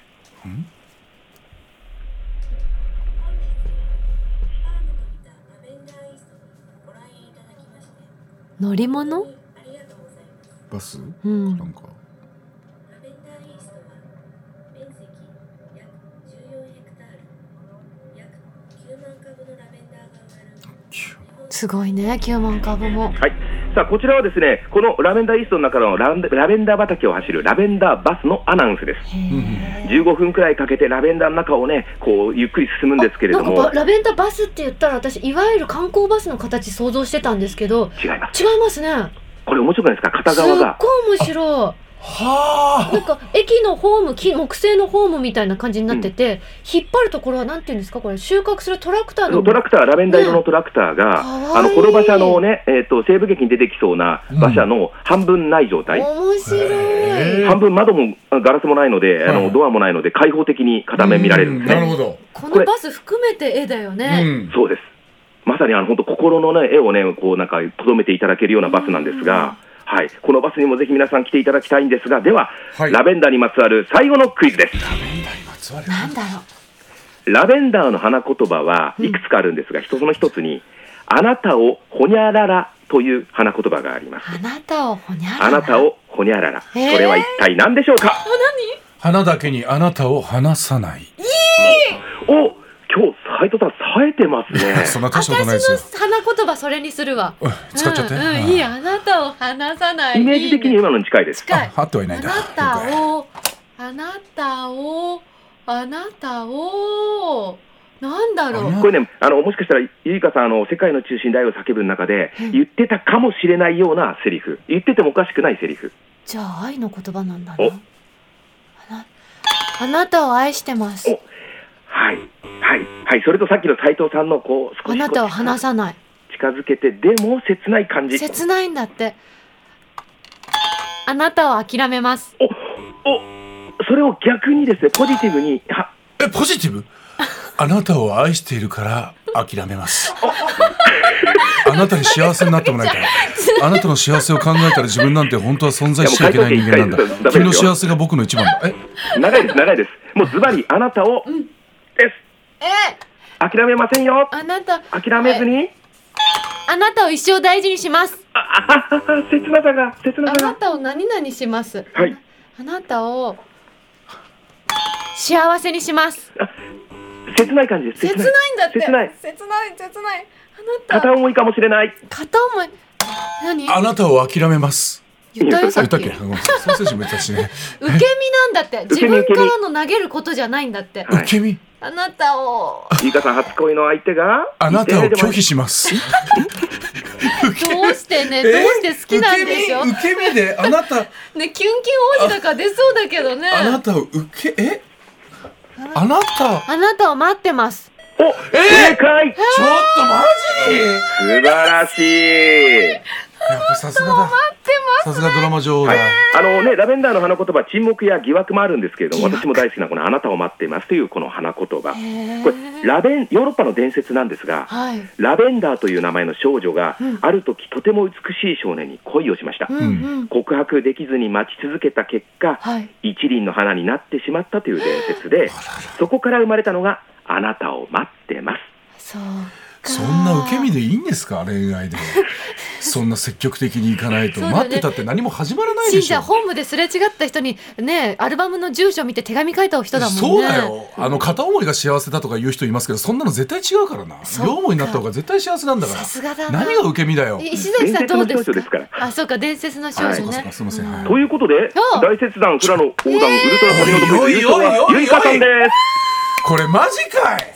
[SPEAKER 2] い。乗り物
[SPEAKER 3] バス
[SPEAKER 2] うん
[SPEAKER 3] な。んか。
[SPEAKER 2] すごいね、9万株も。
[SPEAKER 4] はい、さあこちらはですねこのラベンダーイーストの中のランラベンダー畑を走るラベンダーバスのアナウンスです15分くらいかけてラベンダーの中をねこうゆっくり進むんですけれ
[SPEAKER 2] な
[SPEAKER 4] ど
[SPEAKER 2] んか
[SPEAKER 4] も
[SPEAKER 2] ばラベンダーバスって言ったら私いわゆる観光バスの形想像してたんですけど
[SPEAKER 4] 違います
[SPEAKER 2] 違いますね
[SPEAKER 4] これ面白くないですか片
[SPEAKER 2] すっ
[SPEAKER 4] 側
[SPEAKER 2] ごい
[SPEAKER 4] が
[SPEAKER 2] 面白
[SPEAKER 8] はい
[SPEAKER 2] なんか駅のホーム木木製のホームみたいな感じになってて、引っ張るところはなんていうんですかこれ収穫するトラクター
[SPEAKER 4] そ
[SPEAKER 2] の
[SPEAKER 4] うトラクターラベンダー色のトラクター
[SPEAKER 2] か
[SPEAKER 4] が、
[SPEAKER 2] わいい
[SPEAKER 4] あのこの馬車のね、えー、と西部劇に出てきそうな馬車の半分ない状態、
[SPEAKER 2] 面白い
[SPEAKER 3] へー
[SPEAKER 4] 半分窓もあガラスもないので、あ
[SPEAKER 3] は
[SPEAKER 4] の
[SPEAKER 3] い
[SPEAKER 4] ドアもないので開放的に片面見られるんですね
[SPEAKER 3] うなるほど。
[SPEAKER 2] こ
[SPEAKER 4] こ
[SPEAKER 2] の
[SPEAKER 4] れ
[SPEAKER 2] バス含めて絵だよ
[SPEAKER 3] う
[SPEAKER 2] ね、
[SPEAKER 3] ん。
[SPEAKER 4] そうです。まさにあの本当心のね絵をねこうなんか留めていただけるようなバスなんですが、はいこのバスにもぜひ皆さん来ていただきたいんですが、では、
[SPEAKER 3] はい
[SPEAKER 4] ラベンダーにまつわる最後のクイズです。
[SPEAKER 2] なんだろう
[SPEAKER 4] ラベンダーの花言葉はいくつかあるんですが、一つの一つにあなたをほにゃららという花言葉があります。
[SPEAKER 2] あなたをほにゃらら
[SPEAKER 4] あなたをほにゃらら、そ
[SPEAKER 2] へー
[SPEAKER 4] れは一体何でしょうか？
[SPEAKER 3] 花だけにあなたを離さない。
[SPEAKER 4] お、今日斉藤さん冴えてますね。
[SPEAKER 3] (laughs) そんな大し
[SPEAKER 2] 私
[SPEAKER 3] た
[SPEAKER 2] の
[SPEAKER 3] ことないですよ。
[SPEAKER 2] 花言葉それにするわ
[SPEAKER 3] うん使っちゃって。
[SPEAKER 2] うん
[SPEAKER 3] は
[SPEAKER 2] うん、いいあなたを離さない
[SPEAKER 4] イメージ的
[SPEAKER 2] いい
[SPEAKER 4] に
[SPEAKER 2] ね
[SPEAKER 4] 今のに近いです。
[SPEAKER 2] 近い
[SPEAKER 3] あ合ってはいないんだ。
[SPEAKER 2] あなたを、あなたを、あなたを、なんだろ
[SPEAKER 3] あ
[SPEAKER 2] う。
[SPEAKER 3] な
[SPEAKER 4] これね、あの、もしかしたら、ゆいかさん、あの、世界の中心で愛を叫ぶの中で、言ってたかもしれないようなセリフ。言っててもおかしくないセリフ。
[SPEAKER 2] じゃあ愛の言葉なんだな
[SPEAKER 4] お。
[SPEAKER 2] あなあなたを愛してます
[SPEAKER 4] お。はい。はい。はい。それとさっきの斎藤さんの、こ
[SPEAKER 2] あ
[SPEAKER 4] う、少しこう
[SPEAKER 2] なたを離さない。
[SPEAKER 4] 近づけて、でも、切ない感じ。
[SPEAKER 2] 切ないんだって。あなたを諦めます。
[SPEAKER 4] お、お、それを逆にですね、ポジティブに、は、
[SPEAKER 3] え、ポジティブあなたを愛しているから諦
[SPEAKER 2] (laughs)
[SPEAKER 3] めます。あなたに幸せになってもらいたい。あなたの幸せを考えたら自分なんて本当は存在しちゃいけない人間なん
[SPEAKER 2] (laughs)
[SPEAKER 4] いやもう回答権一回
[SPEAKER 3] だ。君の幸せが僕の一番だ。え、
[SPEAKER 4] 長いです、長いです。もう、ズバリ、あなたを、です。
[SPEAKER 2] え
[SPEAKER 4] 諦めませんよ。
[SPEAKER 2] あなた、
[SPEAKER 4] 諦めずに、
[SPEAKER 2] あなたを一生大事にします。
[SPEAKER 4] あはは切なさが、切
[SPEAKER 2] あ
[SPEAKER 4] なさ
[SPEAKER 2] な
[SPEAKER 4] が。
[SPEAKER 2] たを何々します。
[SPEAKER 4] はい。
[SPEAKER 2] あなたを幸せにします。
[SPEAKER 4] 切ない感じです。
[SPEAKER 2] 切ないんだって
[SPEAKER 4] 切ない。
[SPEAKER 2] 切ない切ないあなた
[SPEAKER 4] 片思いかもしれない。
[SPEAKER 2] 片思い何
[SPEAKER 3] あなたを諦めます。
[SPEAKER 2] 言ったよさ
[SPEAKER 3] 言
[SPEAKER 2] っ
[SPEAKER 3] っ
[SPEAKER 2] き
[SPEAKER 3] たっけ
[SPEAKER 2] 受け
[SPEAKER 3] ごめんなさいソーセージも言った
[SPEAKER 2] (laughs)
[SPEAKER 3] しね。
[SPEAKER 2] 身なんだって
[SPEAKER 4] 受
[SPEAKER 2] 自
[SPEAKER 4] け身
[SPEAKER 2] 分からの投げることじゃないんだって
[SPEAKER 4] は
[SPEAKER 3] 受
[SPEAKER 4] い
[SPEAKER 3] け身
[SPEAKER 2] あなたを
[SPEAKER 4] ゆかさん初恋の相手が
[SPEAKER 3] あなたを拒否します。
[SPEAKER 2] どうしてねどうして好きなんでしょ
[SPEAKER 3] え受け身受け身であな
[SPEAKER 2] (laughs)
[SPEAKER 3] た
[SPEAKER 2] ねキュンキュン王子だから出そうだけどね
[SPEAKER 3] あなたを受けえあなた
[SPEAKER 2] あなたを待ってます
[SPEAKER 4] お、正解
[SPEAKER 3] ちょっとマジにやっ
[SPEAKER 4] 素晴らしい
[SPEAKER 3] ぱさすがだ。
[SPEAKER 2] 待って
[SPEAKER 3] さすがドラマ女王だ。
[SPEAKER 4] はい、あのね、ラベンダーの花言葉、沈黙や疑惑もあるんですけれども、私も大好きなこのあなたを待っていますというこの花言葉。これ、ラベン、ヨーロッパの伝説なんですが、
[SPEAKER 5] はい。
[SPEAKER 4] ラベンダーという名前の少女が、ある時とても美しい少年に恋をしました。
[SPEAKER 5] うんうん。
[SPEAKER 4] 告白できずに待ち続けた結果、
[SPEAKER 5] はい。
[SPEAKER 4] 一輪の花になってしまったという伝説で、そこから生まれたのが、あなたを待ってます。
[SPEAKER 5] そう。
[SPEAKER 3] そんな受け身でいいんですか恋愛で。そんな積極的にいかない
[SPEAKER 5] そ
[SPEAKER 3] と、
[SPEAKER 5] うだね
[SPEAKER 3] 待ってたって何も始まらない
[SPEAKER 5] し
[SPEAKER 3] で
[SPEAKER 5] ん
[SPEAKER 3] し
[SPEAKER 5] ちゃん、
[SPEAKER 3] ょ。
[SPEAKER 5] ホームですれ違った人に、ね、アルバムの住所見て手紙書いた人だもんね。
[SPEAKER 3] そうだ。よ。あの片思いが幸せだとか言う人いますけど、そんなの絶対違うからな。
[SPEAKER 5] そっか
[SPEAKER 3] 両思いになった方が絶対幸せなんだか
[SPEAKER 5] さ
[SPEAKER 3] ら。
[SPEAKER 5] すがだな。
[SPEAKER 3] 何が受け身だよ。
[SPEAKER 5] 石崎さん、
[SPEAKER 4] 伝説
[SPEAKER 5] ど
[SPEAKER 4] の
[SPEAKER 5] うですか
[SPEAKER 4] 少女ですから
[SPEAKER 5] あ、そうか、伝説の少
[SPEAKER 4] はい
[SPEAKER 5] 女
[SPEAKER 3] そうかそう
[SPEAKER 5] ね
[SPEAKER 3] か。すみません。はい
[SPEAKER 4] ということで
[SPEAKER 5] あ、
[SPEAKER 4] 大切断富良野横断ウルトラマリオドブイ優勝は
[SPEAKER 3] おいおいおいおいおい
[SPEAKER 4] ゆいかさんです。
[SPEAKER 3] これマジかい。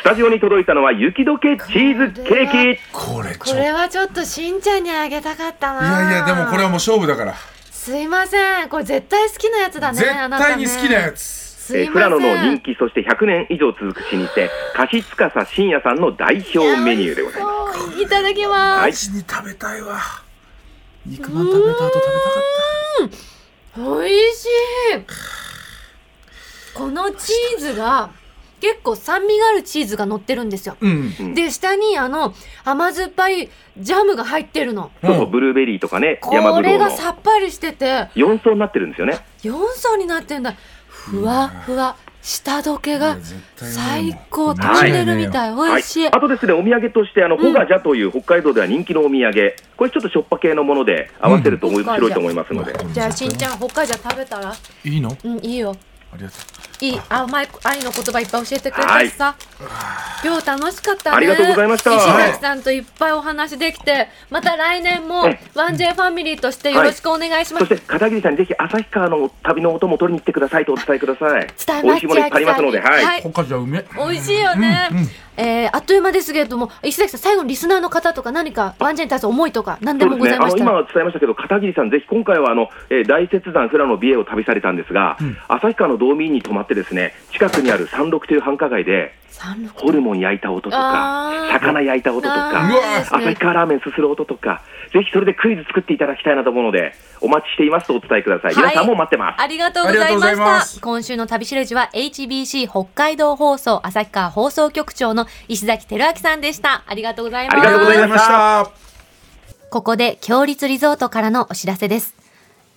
[SPEAKER 4] スタジオに届いたのは雪解けチーズケーキ。
[SPEAKER 3] これち
[SPEAKER 5] こ
[SPEAKER 3] ょっと。い
[SPEAKER 5] れはちょっとしんちゃんにあげたかったな。
[SPEAKER 3] やいやでもこれはもう勝負だから。
[SPEAKER 5] すいません。これ絶対好きなやつだね。
[SPEAKER 3] 絶
[SPEAKER 5] あなた
[SPEAKER 3] 対
[SPEAKER 5] ね
[SPEAKER 3] に好きなやつ。
[SPEAKER 5] す
[SPEAKER 4] え
[SPEAKER 5] い
[SPEAKER 4] ー、
[SPEAKER 5] ま
[SPEAKER 4] 富
[SPEAKER 5] せ
[SPEAKER 4] 良
[SPEAKER 5] ん。
[SPEAKER 4] 野の人気、そして100年以上続く老舗、菓子司信也さんの代表メニューでございま
[SPEAKER 5] そういただきま
[SPEAKER 3] マ
[SPEAKER 5] す。
[SPEAKER 3] ジに食べたいわ。肉まん食べた後食べたか
[SPEAKER 5] 美味しい。このチーズが結構酸味があるチーズが乗ってるんですよ。
[SPEAKER 3] った。うん。
[SPEAKER 4] うん
[SPEAKER 5] で下にあの甘酸っぱいジャムが入ってるの。
[SPEAKER 4] す。そうそう、ブルーベリーとかね、山
[SPEAKER 5] こ
[SPEAKER 4] ぶど
[SPEAKER 5] れ
[SPEAKER 4] うの
[SPEAKER 5] がさっぱりしてて
[SPEAKER 4] 4層になってるんですよね。
[SPEAKER 5] 4層になってんだ。ふわふわ下どけが最高トンネルみたい美
[SPEAKER 4] は
[SPEAKER 5] 味しい。
[SPEAKER 4] あとですね、お土産として、あの、ホガジャという北海道では人気のお土産、これちょっとしょっぱ系のもので合わせると面白いと思いますので。
[SPEAKER 5] じゃあしんちゃん北海道食べたら
[SPEAKER 3] いいの
[SPEAKER 5] うんいいよ。
[SPEAKER 3] ありがと
[SPEAKER 5] いい甘い愛の言葉いっぱい教えてくれたしさ、今日楽しかったね
[SPEAKER 4] ありがとうございました
[SPEAKER 5] 石崎さんといっぱいお話できてまた来年も
[SPEAKER 4] え
[SPEAKER 5] 1J ファミリーとしてよろしくお願いしま
[SPEAKER 4] そ
[SPEAKER 5] す、
[SPEAKER 4] して、片桐さんにぜひ旭川の旅の音も取りに行ってくださいとお伝えください。
[SPEAKER 5] 伝え
[SPEAKER 4] 美
[SPEAKER 5] ま
[SPEAKER 4] 味
[SPEAKER 5] す
[SPEAKER 4] しいものいっぱいありますので、はい。
[SPEAKER 5] は
[SPEAKER 3] う。他じゃうめえ。
[SPEAKER 5] 美味しいよね、えーあっという間ですけれども石崎さん最後にリスナーの方とか何か 1J に対する思いとか何で
[SPEAKER 4] そう
[SPEAKER 5] も
[SPEAKER 4] です
[SPEAKER 5] ござ
[SPEAKER 4] ね、
[SPEAKER 5] い
[SPEAKER 4] あ
[SPEAKER 5] ま
[SPEAKER 4] の
[SPEAKER 5] したら
[SPEAKER 4] 今伝えましたけど、片桐さん、ぜひ今回はあの、えー大雪山富良野美瑛を旅されたんですが、旭川の道民に泊まって、ですね近くにある山麓という繁華街で、
[SPEAKER 5] 三六
[SPEAKER 4] ホルモン焼いた音と
[SPEAKER 5] あ
[SPEAKER 4] か
[SPEAKER 5] ー、
[SPEAKER 4] 魚焼いた音と
[SPEAKER 5] あー
[SPEAKER 4] か
[SPEAKER 5] う、わー
[SPEAKER 4] 旭川ラーメンすする音とか、ぜひそれでクイズ作っていただきたいなと思うので、お待ちしていますとお伝えください。
[SPEAKER 5] はい
[SPEAKER 4] 皆さんも待ってます。
[SPEAKER 5] ありがとうございまし
[SPEAKER 3] ありがとうござい
[SPEAKER 5] た
[SPEAKER 3] ます
[SPEAKER 2] 今週の旅しるじは HBC 北海道放送旭川放送局長の石崎輝明さんでした。ありがとうございます。
[SPEAKER 4] ありがとうございました。
[SPEAKER 2] ここで強立リゾートからのお知らせです。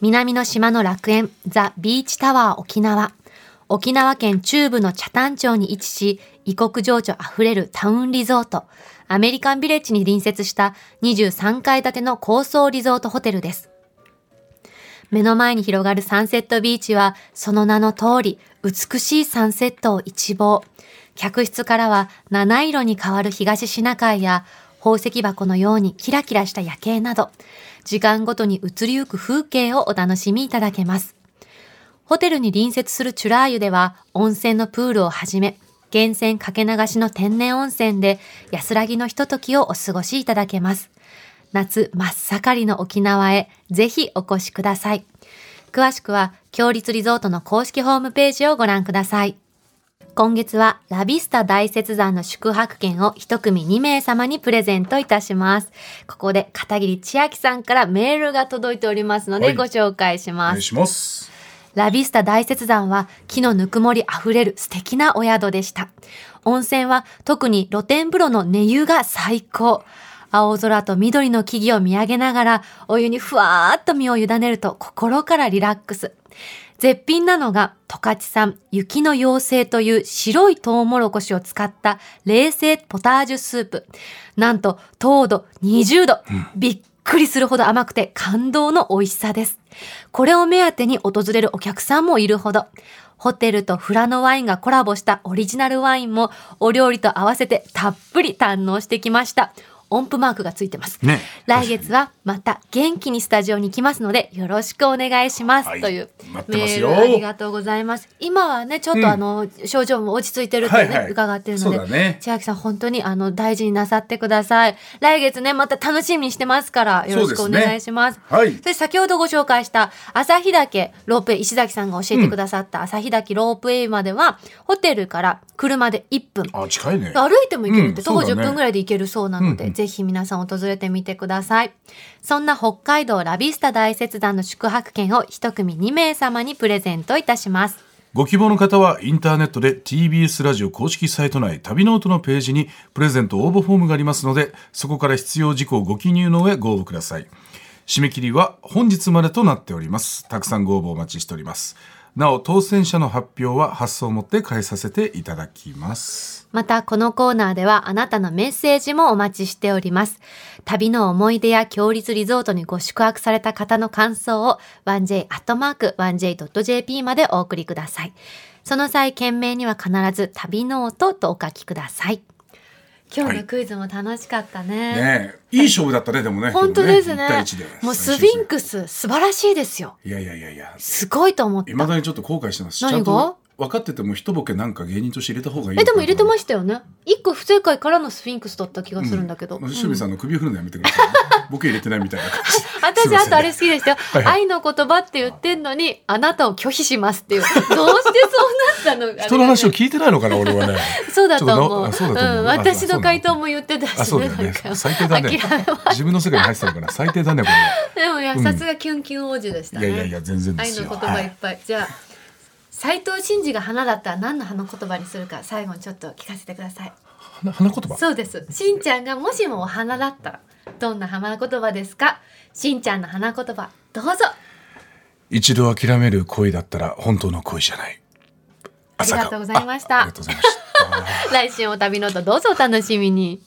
[SPEAKER 2] 南の島の楽園、ザ・ビーチタワー沖縄。沖縄県中部の北谷町に位置し、異国情緒あふれるタウンリゾート。アメリカンビレッジに隣接した23階建ての高層リゾートホテルです。目の前に広がるサンセットビーチは、その名の通り、美しいサンセットを一望。客室からは七色に変わる東シナ海や、宝石箱のようにキラキラした夜景など、時間ごとに移りゆく風景をお楽しみいただけます。ホテルに隣接するチュラー湯では、温泉のプールをはじめ、源泉かけ流しの天然温泉で安らぎのひとときをお過ごしいただけます。夏真っ盛りの沖縄へぜひお越しください。詳しくは、強立リゾートの公式ホームページをご覧ください。今月はラビスタ大雪山の宿泊券を一組2名様にプレゼントいたします。ここで片桐千秋さんからメールが届いておりますの
[SPEAKER 3] は
[SPEAKER 2] で
[SPEAKER 3] い
[SPEAKER 2] ご紹介し
[SPEAKER 3] お
[SPEAKER 2] ます
[SPEAKER 3] 願い。します。
[SPEAKER 2] ラビスタ大雪山は木のぬくもりあふれる素敵なお宿でした。温泉は特に露天風呂の寝湯が最高。青空と緑の木々を見上げながら、お湯にふわーっと身を委ねると心からリラックス。絶品なのが、十勝産雪の妖精という白いトウモロコシを使った冷製ポタージュスープ。なんと、糖度20度。びっくりするほど甘くて感動の美味しさです。これを目当てに訪れるお客さんもいるほど。ホテルとフラノワインがコラボしたオリジナルワインもお料理と合わせてたっぷり堪能してきました。音符マークがついてます。
[SPEAKER 3] ね
[SPEAKER 2] 来月はまた元気にスタジオに来ますのでよろしくお願いします、
[SPEAKER 3] はい
[SPEAKER 2] という
[SPEAKER 3] 待って
[SPEAKER 2] メ
[SPEAKER 3] ます
[SPEAKER 2] ー
[SPEAKER 3] よ
[SPEAKER 2] ルありがとうございます。今はねちょっとあの、症状も落ち着いてるって、ね
[SPEAKER 3] はいはい
[SPEAKER 2] 伺ってるの
[SPEAKER 3] そう
[SPEAKER 2] で、
[SPEAKER 3] だね。
[SPEAKER 2] 千秋さん本当にあの大事になさってください。来月ねまた楽しみにしてますからよろしく
[SPEAKER 3] そ
[SPEAKER 2] お
[SPEAKER 3] うですね
[SPEAKER 2] 願いします。
[SPEAKER 3] はい
[SPEAKER 2] そし。て先ほどご紹介した朝日岳ロープウェイ石崎さんが教えてくださった朝日岳ロープウェイまでは、ホテルから車で1分
[SPEAKER 3] あ近いね。
[SPEAKER 2] 歩いても行けるって、
[SPEAKER 3] うん
[SPEAKER 2] 徒歩
[SPEAKER 3] そ
[SPEAKER 2] 10
[SPEAKER 3] うだね
[SPEAKER 2] 分ぐらいで行けるそうなので、
[SPEAKER 3] うんうん
[SPEAKER 2] ぜぜひ皆さん訪れてみてください。そんな北海道ラビスタ大雪団の宿泊券を一組2名様にプレゼントいたします。
[SPEAKER 3] ご希望の方はインターネットで TBS ラジオ公式サイト内旅ノートのページにプレゼント応募フォームがありますのでそこから必要事項をご記入の上ご応募ください締め切りは本日までとなっておりますたくさんご応募お待ちしておりますなお当選者の発表は発送をもって返させていただきます
[SPEAKER 2] またこのコーナーではあなたのメッセージもお待ちしております旅の思い出や強立リゾートにご宿泊された方の感想を 1j.1j.jp までお送りくださいその際件名には必ず旅ノートとお書きください今日のクイズも楽しかったね、
[SPEAKER 3] ねえいい勝負だったねでもね
[SPEAKER 2] 本当ですね
[SPEAKER 3] も1対1で
[SPEAKER 2] もうスフィンクス素晴らしいですよ
[SPEAKER 3] いやいやいやいや
[SPEAKER 2] すごいと思った
[SPEAKER 3] いまだにちょっと後悔してますち
[SPEAKER 2] 何
[SPEAKER 3] ゃ
[SPEAKER 2] が
[SPEAKER 3] んと分かってても一ボケなんか芸人として入れた方がいい
[SPEAKER 2] えでも入れてま
[SPEAKER 3] し
[SPEAKER 2] したよね一個不正解からのスフィンクスだった気がするんだけど、うん
[SPEAKER 3] 清水さんの首を振るのやめてくださ
[SPEAKER 2] (laughs)
[SPEAKER 3] い、僕入れてないみたいな感じすい
[SPEAKER 2] 私
[SPEAKER 3] ません
[SPEAKER 2] あとあれ好きでしたよ、
[SPEAKER 3] いはい
[SPEAKER 2] 愛の言葉って言ってんのにあなたを拒否しますっていうどうしてそうなったの
[SPEAKER 3] (laughs) 人の話を
[SPEAKER 2] あれ
[SPEAKER 3] 聞いてないのかな俺
[SPEAKER 2] (laughs)
[SPEAKER 3] はね
[SPEAKER 2] そうだと思う
[SPEAKER 3] ちょっとなあそうだと思うんあ
[SPEAKER 2] 私
[SPEAKER 3] そう
[SPEAKER 2] の
[SPEAKER 3] なんだ
[SPEAKER 2] 回答も言ってた
[SPEAKER 3] あ
[SPEAKER 2] し
[SPEAKER 3] そうだ
[SPEAKER 2] ね
[SPEAKER 3] よ
[SPEAKER 2] なん
[SPEAKER 3] ね
[SPEAKER 2] か
[SPEAKER 3] 最低だね
[SPEAKER 2] 諦めま
[SPEAKER 3] 自分の世界に入ってたのかな最低だねこ
[SPEAKER 2] でもいや
[SPEAKER 3] うん
[SPEAKER 2] さすがキュンキュン王子で (laughs) した
[SPEAKER 3] れ
[SPEAKER 2] ね
[SPEAKER 3] いやいやいや全然で
[SPEAKER 2] 愛
[SPEAKER 3] す
[SPEAKER 2] の
[SPEAKER 3] よ
[SPEAKER 2] 言葉いっぱい、じゃあ斉藤真二が花だったら何の花言葉にするか最後にちょっと聞かせてください
[SPEAKER 3] 花花言葉
[SPEAKER 2] そうですしんちゃんがもしもお花だったらどんな花言葉ですかしんちゃんの花言葉どうぞ
[SPEAKER 3] 一度諦める恋だったら本当の恋じゃない
[SPEAKER 2] ありがとうございました
[SPEAKER 3] あありがとうございました
[SPEAKER 2] 来週も旅の音どうぞお楽しみに